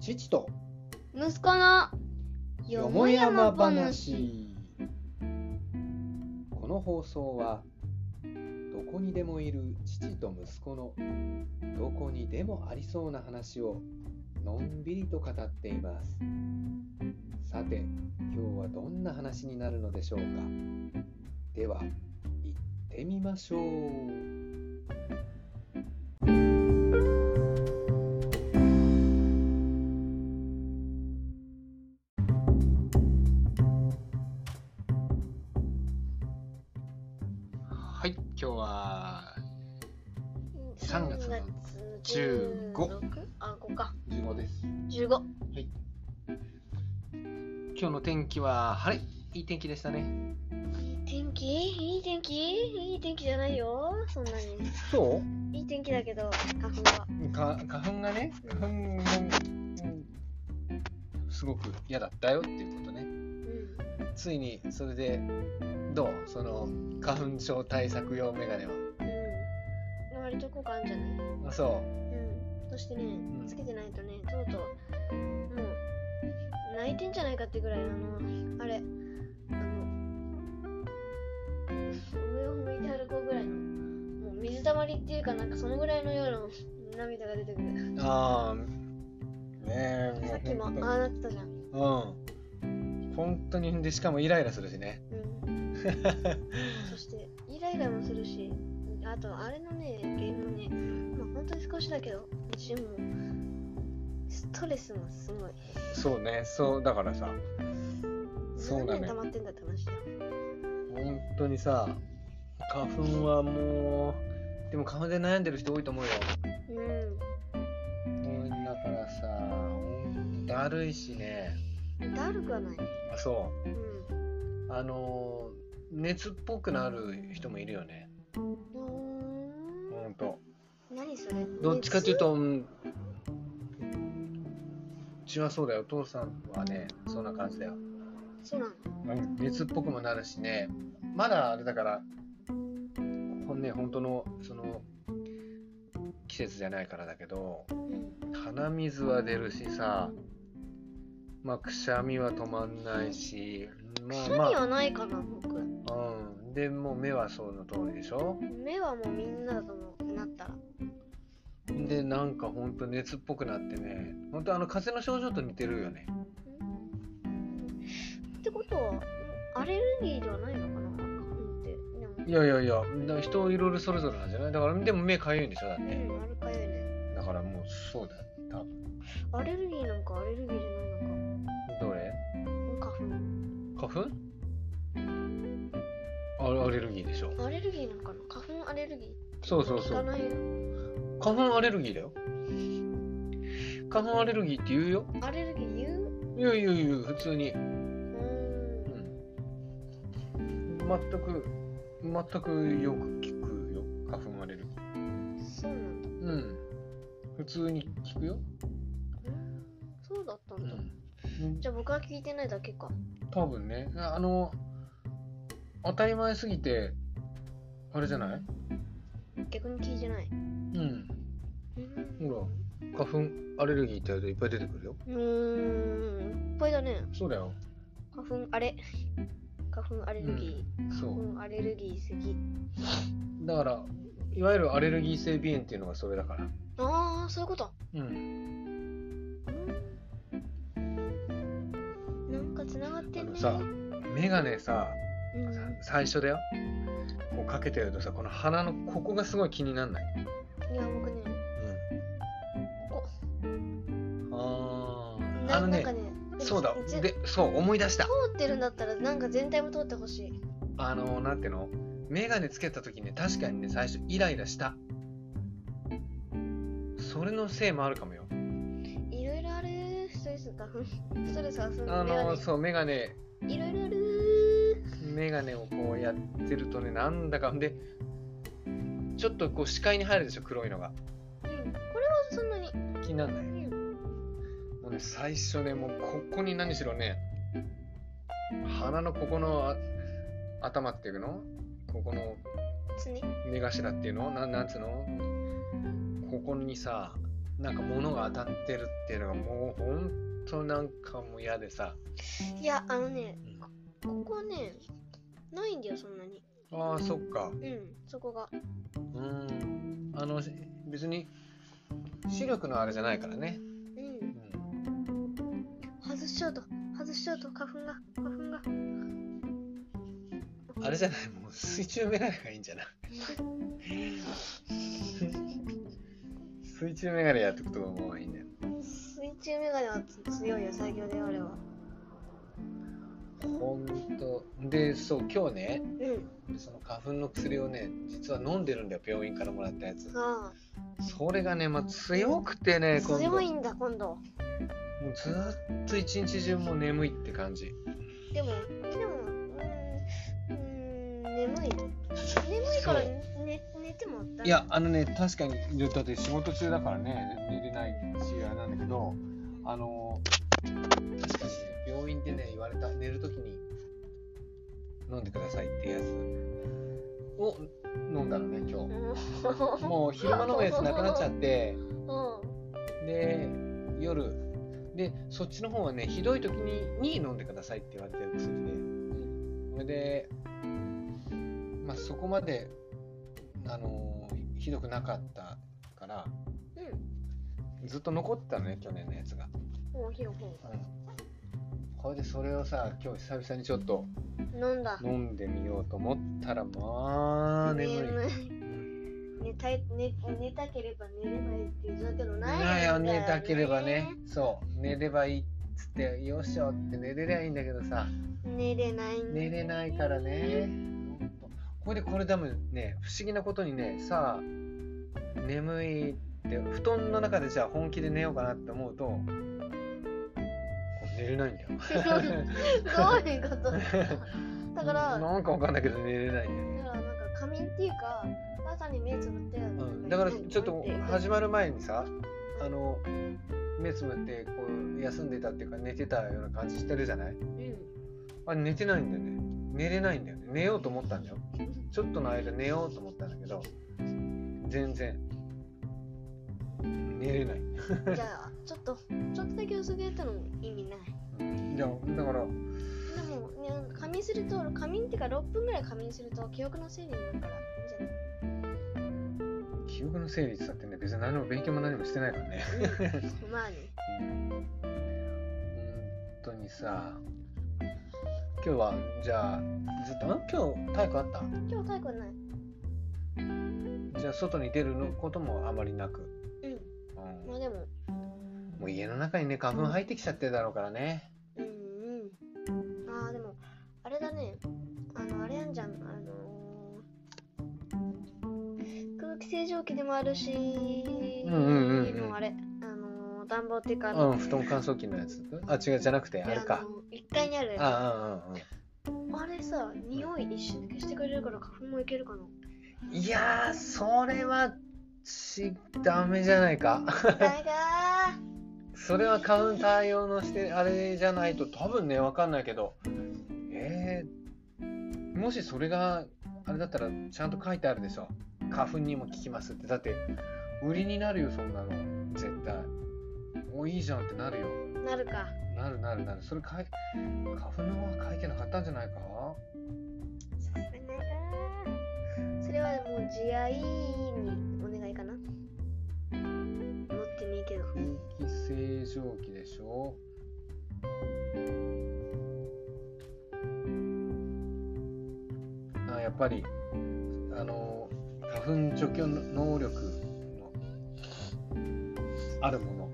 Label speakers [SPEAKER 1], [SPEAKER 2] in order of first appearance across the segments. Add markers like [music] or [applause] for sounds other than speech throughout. [SPEAKER 1] 父と
[SPEAKER 2] 息子の
[SPEAKER 1] よもやま話この放送はどこにでもいる父と息子のどこにでもありそうな話をのんびりと語っていますさて今日はどんな話になるのでしょうかでは行ってみましょうはい、今日は3月の15
[SPEAKER 2] あ5か
[SPEAKER 1] 15です。
[SPEAKER 2] 15今
[SPEAKER 1] 今日の天気は晴れ、いい天気でしたね。
[SPEAKER 2] 天気いい天気いい天気じゃないよそんなに
[SPEAKER 1] そ
[SPEAKER 2] いい天気だけど花粉は
[SPEAKER 1] う？か花粉がね、花粉もうんすごく嫌だったよっていうことね。
[SPEAKER 2] うん
[SPEAKER 1] ついにそれでどうその花粉症対策用メガネは？
[SPEAKER 2] うん割と効果あるんじゃない
[SPEAKER 1] あ、そ
[SPEAKER 2] うんそしてね
[SPEAKER 1] ん
[SPEAKER 2] つけてないとねとうとうもう泣いてんじゃないかってぐらいあのあれあの上を向いて歩こうぐらいのもう水たまりっていうかなんかそのぐらいのような涙が出て
[SPEAKER 1] [laughs]
[SPEAKER 2] くる
[SPEAKER 1] う。ああ、ねえ
[SPEAKER 2] さ
[SPEAKER 1] [laughs]
[SPEAKER 2] っきもああ
[SPEAKER 1] う
[SPEAKER 2] なってたじゃん、うん
[SPEAKER 1] 本当うん、本当にでしかもイライラするしね。 [laughs]
[SPEAKER 2] そしてイライラもするしあとあれのね原因もねまあ本当に少しだけどうちもストレスもすごい
[SPEAKER 1] そうね、そうだからさ。そうだね
[SPEAKER 2] 何年溜まってんだって話だよ
[SPEAKER 1] 本当にさ花粉はもうでも花粉で悩んでる人多いと思うようんだからさほんとだるいしね
[SPEAKER 2] うんだるくはないね
[SPEAKER 1] あそ
[SPEAKER 2] うん
[SPEAKER 1] うあのー熱っぽくなる人もいるよね
[SPEAKER 2] ほ
[SPEAKER 1] ほんと
[SPEAKER 2] ーん何それ
[SPEAKER 1] どっちかというとうんうちはそうだよお父さんはねそんな感じだよ
[SPEAKER 2] 熱そうなの
[SPEAKER 1] うん熱っぽくもなるしねまだあれだからほんね本当のその季節じゃないからだけど
[SPEAKER 2] うん
[SPEAKER 1] 鼻水は出るしさ、まあ、くしゃみは止まんないし、まあ
[SPEAKER 2] 趣
[SPEAKER 1] ま
[SPEAKER 2] 味はないかな僕
[SPEAKER 1] あ、うん。で、もう目はその通りでしょ
[SPEAKER 2] 目はもうみんなだと思うなったら
[SPEAKER 1] で、なんかほんと熱っぽくなってね、ほんとあの風邪の症状と似てるよね。
[SPEAKER 2] ってことはアレルギーではないのかな花粉ってでも
[SPEAKER 1] いやいやいや、だ人いろいろそれぞれなんじゃないだから、でも目かゆいんでしょだっ
[SPEAKER 2] う
[SPEAKER 1] て。
[SPEAKER 2] んあるかよね
[SPEAKER 1] だからもうそうだよ。多分
[SPEAKER 2] アレルギーなんかアレルギーじゃないの
[SPEAKER 1] どれ
[SPEAKER 2] か
[SPEAKER 1] 花粉あアレルギーでしょ
[SPEAKER 2] 花粉アレルギーなんかな花粉アレルギー
[SPEAKER 1] そうそう
[SPEAKER 2] 聞
[SPEAKER 1] そ
[SPEAKER 2] か
[SPEAKER 1] う。
[SPEAKER 2] ないよ
[SPEAKER 1] 花粉アレルギーだよ。花粉アレルギーって言うよ。
[SPEAKER 2] アレルギー言う
[SPEAKER 1] いやいやいや普通に、
[SPEAKER 2] うーん
[SPEAKER 1] 全く全くよく聞くよ花粉アレルギ
[SPEAKER 2] そうなんだ
[SPEAKER 1] ーうん普通に聞くよ、
[SPEAKER 2] うーんそうだったんだ、
[SPEAKER 1] うん、
[SPEAKER 2] じゃあ僕は聞いてないだけか
[SPEAKER 1] 多分ねああの当たり前すぎてあれじゃない
[SPEAKER 2] 逆に聞いてない
[SPEAKER 1] うん
[SPEAKER 2] うーん
[SPEAKER 1] ほら花粉アレルギーってやるといっぱい出てくるよ
[SPEAKER 2] うーんいっぱいだね
[SPEAKER 1] そうだよ
[SPEAKER 2] 花粉あれ花粉アレルギ
[SPEAKER 1] そ
[SPEAKER 2] ー、
[SPEAKER 1] う
[SPEAKER 2] うん、アレルギーすぎ
[SPEAKER 1] だからいわゆるアレルギー性鼻炎っていうのがそれだから
[SPEAKER 2] ああそういうこと
[SPEAKER 1] うん
[SPEAKER 2] うんなんかつながって
[SPEAKER 1] あ
[SPEAKER 2] ん
[SPEAKER 1] の
[SPEAKER 2] ね
[SPEAKER 1] さメガネさ
[SPEAKER 2] うん、
[SPEAKER 1] さ最初だよこうかけてるとさこの鼻のここがすごい気になんない、
[SPEAKER 2] いや僕ねここ
[SPEAKER 1] あー
[SPEAKER 2] な
[SPEAKER 1] あの
[SPEAKER 2] なん
[SPEAKER 1] ね
[SPEAKER 2] かね
[SPEAKER 1] そうだ
[SPEAKER 2] ぜ
[SPEAKER 1] でそう思い出した
[SPEAKER 2] 通ってるんだったらなんか全体も通ってほしい
[SPEAKER 1] あのなんていうのメガネつけた時ね確かにね最初イライラしたそれのせいもあるかもよ
[SPEAKER 2] いろいろあるストレスがストレスがすん
[SPEAKER 1] あ
[SPEAKER 2] の
[SPEAKER 1] の
[SPEAKER 2] メガネ
[SPEAKER 1] そうメガネ
[SPEAKER 2] いろいろある
[SPEAKER 1] メガネをこうやってるとねなんだかんでちょっとこう視界に入るでしょ黒いのが
[SPEAKER 2] うんこれはそんなに
[SPEAKER 1] 気にならない
[SPEAKER 2] うん
[SPEAKER 1] もうね、最初ね、もうここに何しろね、鼻のここのあ頭っていうのここの
[SPEAKER 2] 常
[SPEAKER 1] 目頭っていうのなんなんつうのここにさ、なんか物が当たってるっていうのがもうほんとなんかもう嫌でさ、
[SPEAKER 2] いや、あのね、
[SPEAKER 1] うん
[SPEAKER 2] ここね、ないんだよ、そんなに。
[SPEAKER 1] ああそっか
[SPEAKER 2] うん、そこが。
[SPEAKER 1] うーんあのし別に視力のあれじゃないからね、
[SPEAKER 2] うん、
[SPEAKER 1] う
[SPEAKER 2] 外しちゃうと、外しちゃうと、花粉が、花粉が。
[SPEAKER 1] ん、あれじゃないもう水中メガネがいいんじゃない [laughs] 水中メガネやってくともういいんだよ
[SPEAKER 2] 水中メガネは強いよ、最強で俺は。
[SPEAKER 1] ほんとでそう今日ね
[SPEAKER 2] うん、
[SPEAKER 1] その花粉の薬をね実は飲んでるんだよ病院からもらったやつ
[SPEAKER 2] あ
[SPEAKER 1] それがね、まあ、強くて
[SPEAKER 2] あ、
[SPEAKER 1] ね今度
[SPEAKER 2] 強
[SPEAKER 1] も
[SPEAKER 2] いんだ、今度。
[SPEAKER 1] うずーっと一日中もう眠いって感じ
[SPEAKER 2] でも、でも、うーん、うーん、眠い。眠いから
[SPEAKER 1] そう
[SPEAKER 2] 寝寝てもだ
[SPEAKER 1] いやあのね確かにだって仕事中だからね寝れないしあれなんだけどあの確かにね病院でね言われた寝るときに飲んでくださいってやつを飲んだのね今
[SPEAKER 2] うん、
[SPEAKER 1] 日もう昼間飲むやつなくなっちゃって
[SPEAKER 2] う
[SPEAKER 1] で夜でそっちの方はねひどい時にに飲んでくださいって言われてる薬でそれで、まあ、そこまで、あのーひどくなかったから
[SPEAKER 2] ん、うん、
[SPEAKER 1] ずっと残ってたのね去年のやつが、
[SPEAKER 2] もうひよこ
[SPEAKER 1] うん、これでそれをさ今日久々にちょっと
[SPEAKER 2] 飲んだ。
[SPEAKER 1] 飲んでみようと思ったらまあ眠い
[SPEAKER 2] 眠い。寝たい、寝、寝たければ寝ればいいっていう状況のないん
[SPEAKER 1] な
[SPEAKER 2] だ
[SPEAKER 1] よ
[SPEAKER 2] よ、
[SPEAKER 1] 寝たければね。そう寝ればいいっつってよっしょって寝れりゃいいんだけどさ
[SPEAKER 2] 寝れないんだ
[SPEAKER 1] 寝れないからね。ほんとこれでこれ多分ね不思議なことにねさあ眠いって布団の中でじゃあ本気で寝ようかなって思うとこう寝れないんだよ。
[SPEAKER 2] どういうことだから、だからな
[SPEAKER 1] [laughs]
[SPEAKER 2] んか
[SPEAKER 1] なんかわかんないけど寝れないんだよね。
[SPEAKER 2] 仮眠っていうか、朝に目つぶって、
[SPEAKER 1] うん、だからちょっと始まる前にさあの目つむってこう休んでたっていうか寝てたような感じしてるじゃない
[SPEAKER 2] うん、
[SPEAKER 1] あ寝てないんだよね寝れないんだよね寝ようと思ったんだよちょっとの間寝ようと思ったんだけど全然寝れない
[SPEAKER 2] じゃあ、ちょっと、ちょっとだけ薄くやったのも意味ない。
[SPEAKER 1] いやだから
[SPEAKER 2] でも、ね、仮眠すると、仮眠っていうか6分ぐらい仮眠すると、記憶の整理になるから、いいんじゃない
[SPEAKER 1] 記憶の整理って言ったってね別に何も勉強も何もしてないからね
[SPEAKER 2] まあね。
[SPEAKER 1] 本当にさ今日はじゃあずっとあ今日体育あった
[SPEAKER 2] 今日体育ない。
[SPEAKER 1] じゃあ外に出るのこともあまりなく、
[SPEAKER 2] うん。
[SPEAKER 1] うん
[SPEAKER 2] まあでも、
[SPEAKER 1] もう家の中にね花粉入ってきちゃってるだろうからね
[SPEAKER 2] うんうん。ああ、でも、あれだね。あの、あれやんじゃん。あのー、空気清浄機でもあるし、
[SPEAKER 1] うんうんうん
[SPEAKER 2] のあれ、あのー、暖房っていうか、あの
[SPEAKER 1] うん布団乾燥機のやつあ違うじゃなくてあれ
[SPEAKER 2] あ
[SPEAKER 1] か
[SPEAKER 2] の1階にあるやつ
[SPEAKER 1] あああああ
[SPEAKER 2] あれさ、匂い一瞬だけしてくれるから花粉もいける
[SPEAKER 1] [laughs]
[SPEAKER 2] かな。
[SPEAKER 1] いやー、それは、し、ダメじゃないか。 [laughs]
[SPEAKER 2] だが
[SPEAKER 1] それはカウンター用のして、あれじゃないと、多分ね、わかんないけど。えー、もしそれが、あれだったら、ちゃんと書いてあるでしょ。花粉にも効きますって。だって、売りになるよ、そんなの。絶対。お、いいじゃんってなるよ。
[SPEAKER 2] ーなるか。
[SPEAKER 1] なるなるなる。それかい、花粉のは書いてなかったんじゃないか
[SPEAKER 2] さすがにないなそれはもう慈愛にお願いかな持ってもいいけど
[SPEAKER 1] 空気清浄機でしょあやっぱりあの花粉除去能力のあるも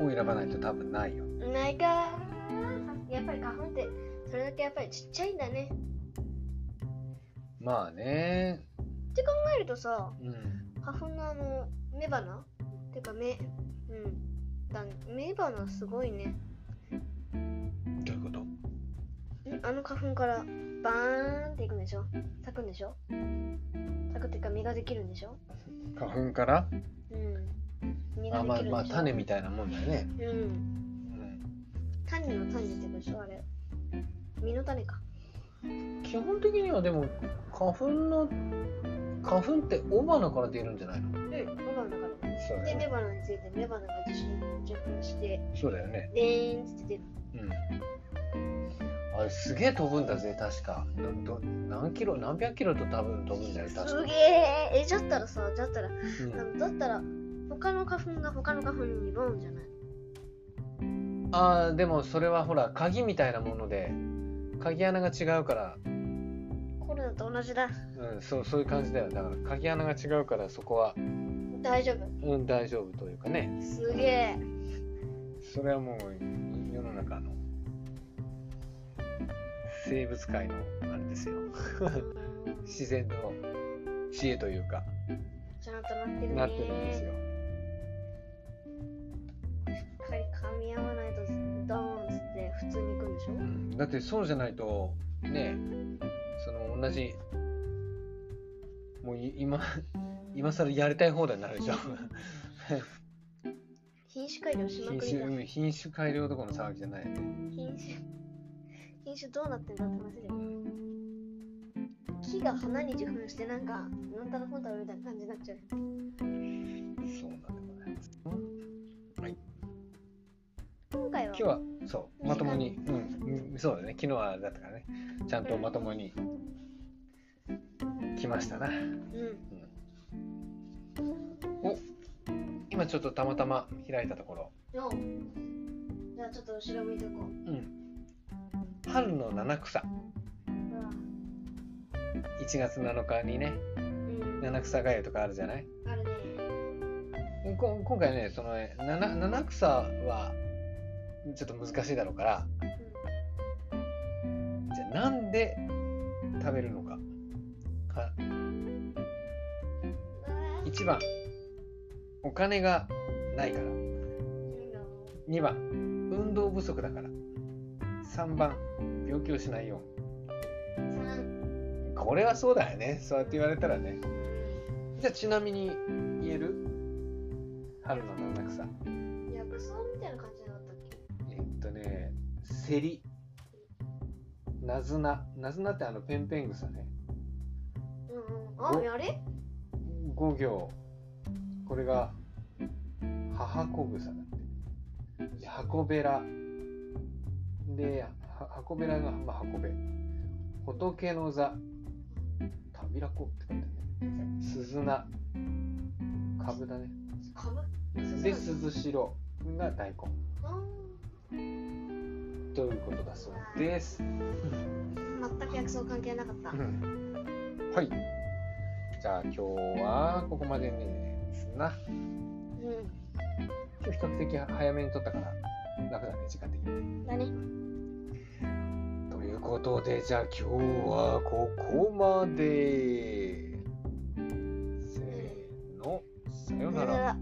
[SPEAKER 1] のを選ばないと多分ないよ
[SPEAKER 2] ないかやっぱり花粉ってそれだけやっぱりちっちゃいんだね
[SPEAKER 1] まあね
[SPEAKER 2] って考えるとさ
[SPEAKER 1] うん
[SPEAKER 2] 花粉のあの雌花ってか目うんだ雌花すごいね
[SPEAKER 1] どういうこと
[SPEAKER 2] んあの花粉からバーンっていくんでしょ咲くんでしょ咲くっていうか実ができるんでしょ
[SPEAKER 1] 花粉から
[SPEAKER 2] うん実が
[SPEAKER 1] あ
[SPEAKER 2] で
[SPEAKER 1] まあ
[SPEAKER 2] きるんでしょ
[SPEAKER 1] まあ種みたいなもんだよね、
[SPEAKER 2] うん
[SPEAKER 1] うん、
[SPEAKER 2] 種の種ってことでしょあれ実の種か
[SPEAKER 1] 基本的にはでも花粉の花粉って雄花から出るんじゃないの
[SPEAKER 2] うん5番だから
[SPEAKER 1] そうだ
[SPEAKER 2] で
[SPEAKER 1] よ
[SPEAKER 2] 雌
[SPEAKER 1] ね。
[SPEAKER 2] 花について雌花が受信受粉して
[SPEAKER 1] そうだよね。
[SPEAKER 2] でーんって出る
[SPEAKER 1] うん。あれすげえ飛ぶんだぜ確か。どど何キロ何百キロと多分飛ぶんだよ確
[SPEAKER 2] す
[SPEAKER 1] か
[SPEAKER 2] げ。ええじゃったらさじゃったら
[SPEAKER 1] う
[SPEAKER 2] あ
[SPEAKER 1] ん
[SPEAKER 2] のだったら他の花粉が他の花粉にボンじゃない
[SPEAKER 1] ああでもそれはほら鍵みたいなもので鍵穴が違うから、
[SPEAKER 2] コロナと同じだ
[SPEAKER 1] うん、そうそういう感じだよだから鍵穴が違うからそこは、
[SPEAKER 2] 大丈
[SPEAKER 1] うん、大丈夫というかね
[SPEAKER 2] 夫すげえ
[SPEAKER 1] [laughs] それはもう世の中の生物界のあれですよ自然の知恵というか
[SPEAKER 2] ちゃんとなってるね
[SPEAKER 1] なってるんですよ
[SPEAKER 2] しっかり噛み合わないとドーンっつって普通に行くんでし
[SPEAKER 1] う
[SPEAKER 2] ょ
[SPEAKER 1] んだってそうじゃないとねその同じもうい今 [laughs] 今更やりたい放題になるでしょ
[SPEAKER 2] 品種改良し
[SPEAKER 1] 品
[SPEAKER 2] まくり
[SPEAKER 1] 種
[SPEAKER 2] だ
[SPEAKER 1] うん品種改良どころの騒ぎじゃないよね
[SPEAKER 2] 品種品種どうなってんだって話だよ木が花に受粉してなんかなんたらほんたらみたいな感じになっちゃう
[SPEAKER 1] そうなんでございます
[SPEAKER 2] 今回
[SPEAKER 1] 今
[SPEAKER 2] は
[SPEAKER 1] 日はそうまともにうんそうだね昨日はあれだったからねちゃんとまともに来ましたな
[SPEAKER 2] うん
[SPEAKER 1] 今ちょっとたまたま開いたところ、
[SPEAKER 2] ようじゃあちょっと後ろ向いておこう
[SPEAKER 1] うん、春の七草
[SPEAKER 2] うわ
[SPEAKER 1] 1月7日にね
[SPEAKER 2] うん
[SPEAKER 1] 七草がゆとかあるじゃない
[SPEAKER 2] あるね
[SPEAKER 1] こ今回ねそのね七七草はちょっと難しいだろうからじゃあなんで食べるのかか
[SPEAKER 2] うんうわ
[SPEAKER 1] 1番お金がないから
[SPEAKER 2] うん
[SPEAKER 1] 2番運動不足だから3番病気をしないよ
[SPEAKER 2] 三
[SPEAKER 1] うにこれはそうだよねそうやって言われたらねじゃあちなみに言える春の七草
[SPEAKER 2] 薬草みたいな感じだったっけ
[SPEAKER 1] えっとねセリナズナナズナってあのペンペン草ね
[SPEAKER 2] うんうんああれ
[SPEAKER 1] 5行これが母子草だってで箱べらでは箱べらが、まあ、箱べ仏の座たびらこって書いてあるね鈴菜株だね
[SPEAKER 2] かぶ鈴菜
[SPEAKER 1] で鈴代が大根ということだそうです、
[SPEAKER 2] 全く薬草関係なかった
[SPEAKER 1] うんはいじゃあ今日はここまでですな
[SPEAKER 2] う
[SPEAKER 1] 今日比較的早めに撮ったから楽だね時間的にね
[SPEAKER 2] んだね
[SPEAKER 1] ということでじゃあ今日はここまでせーのさようなら
[SPEAKER 2] ら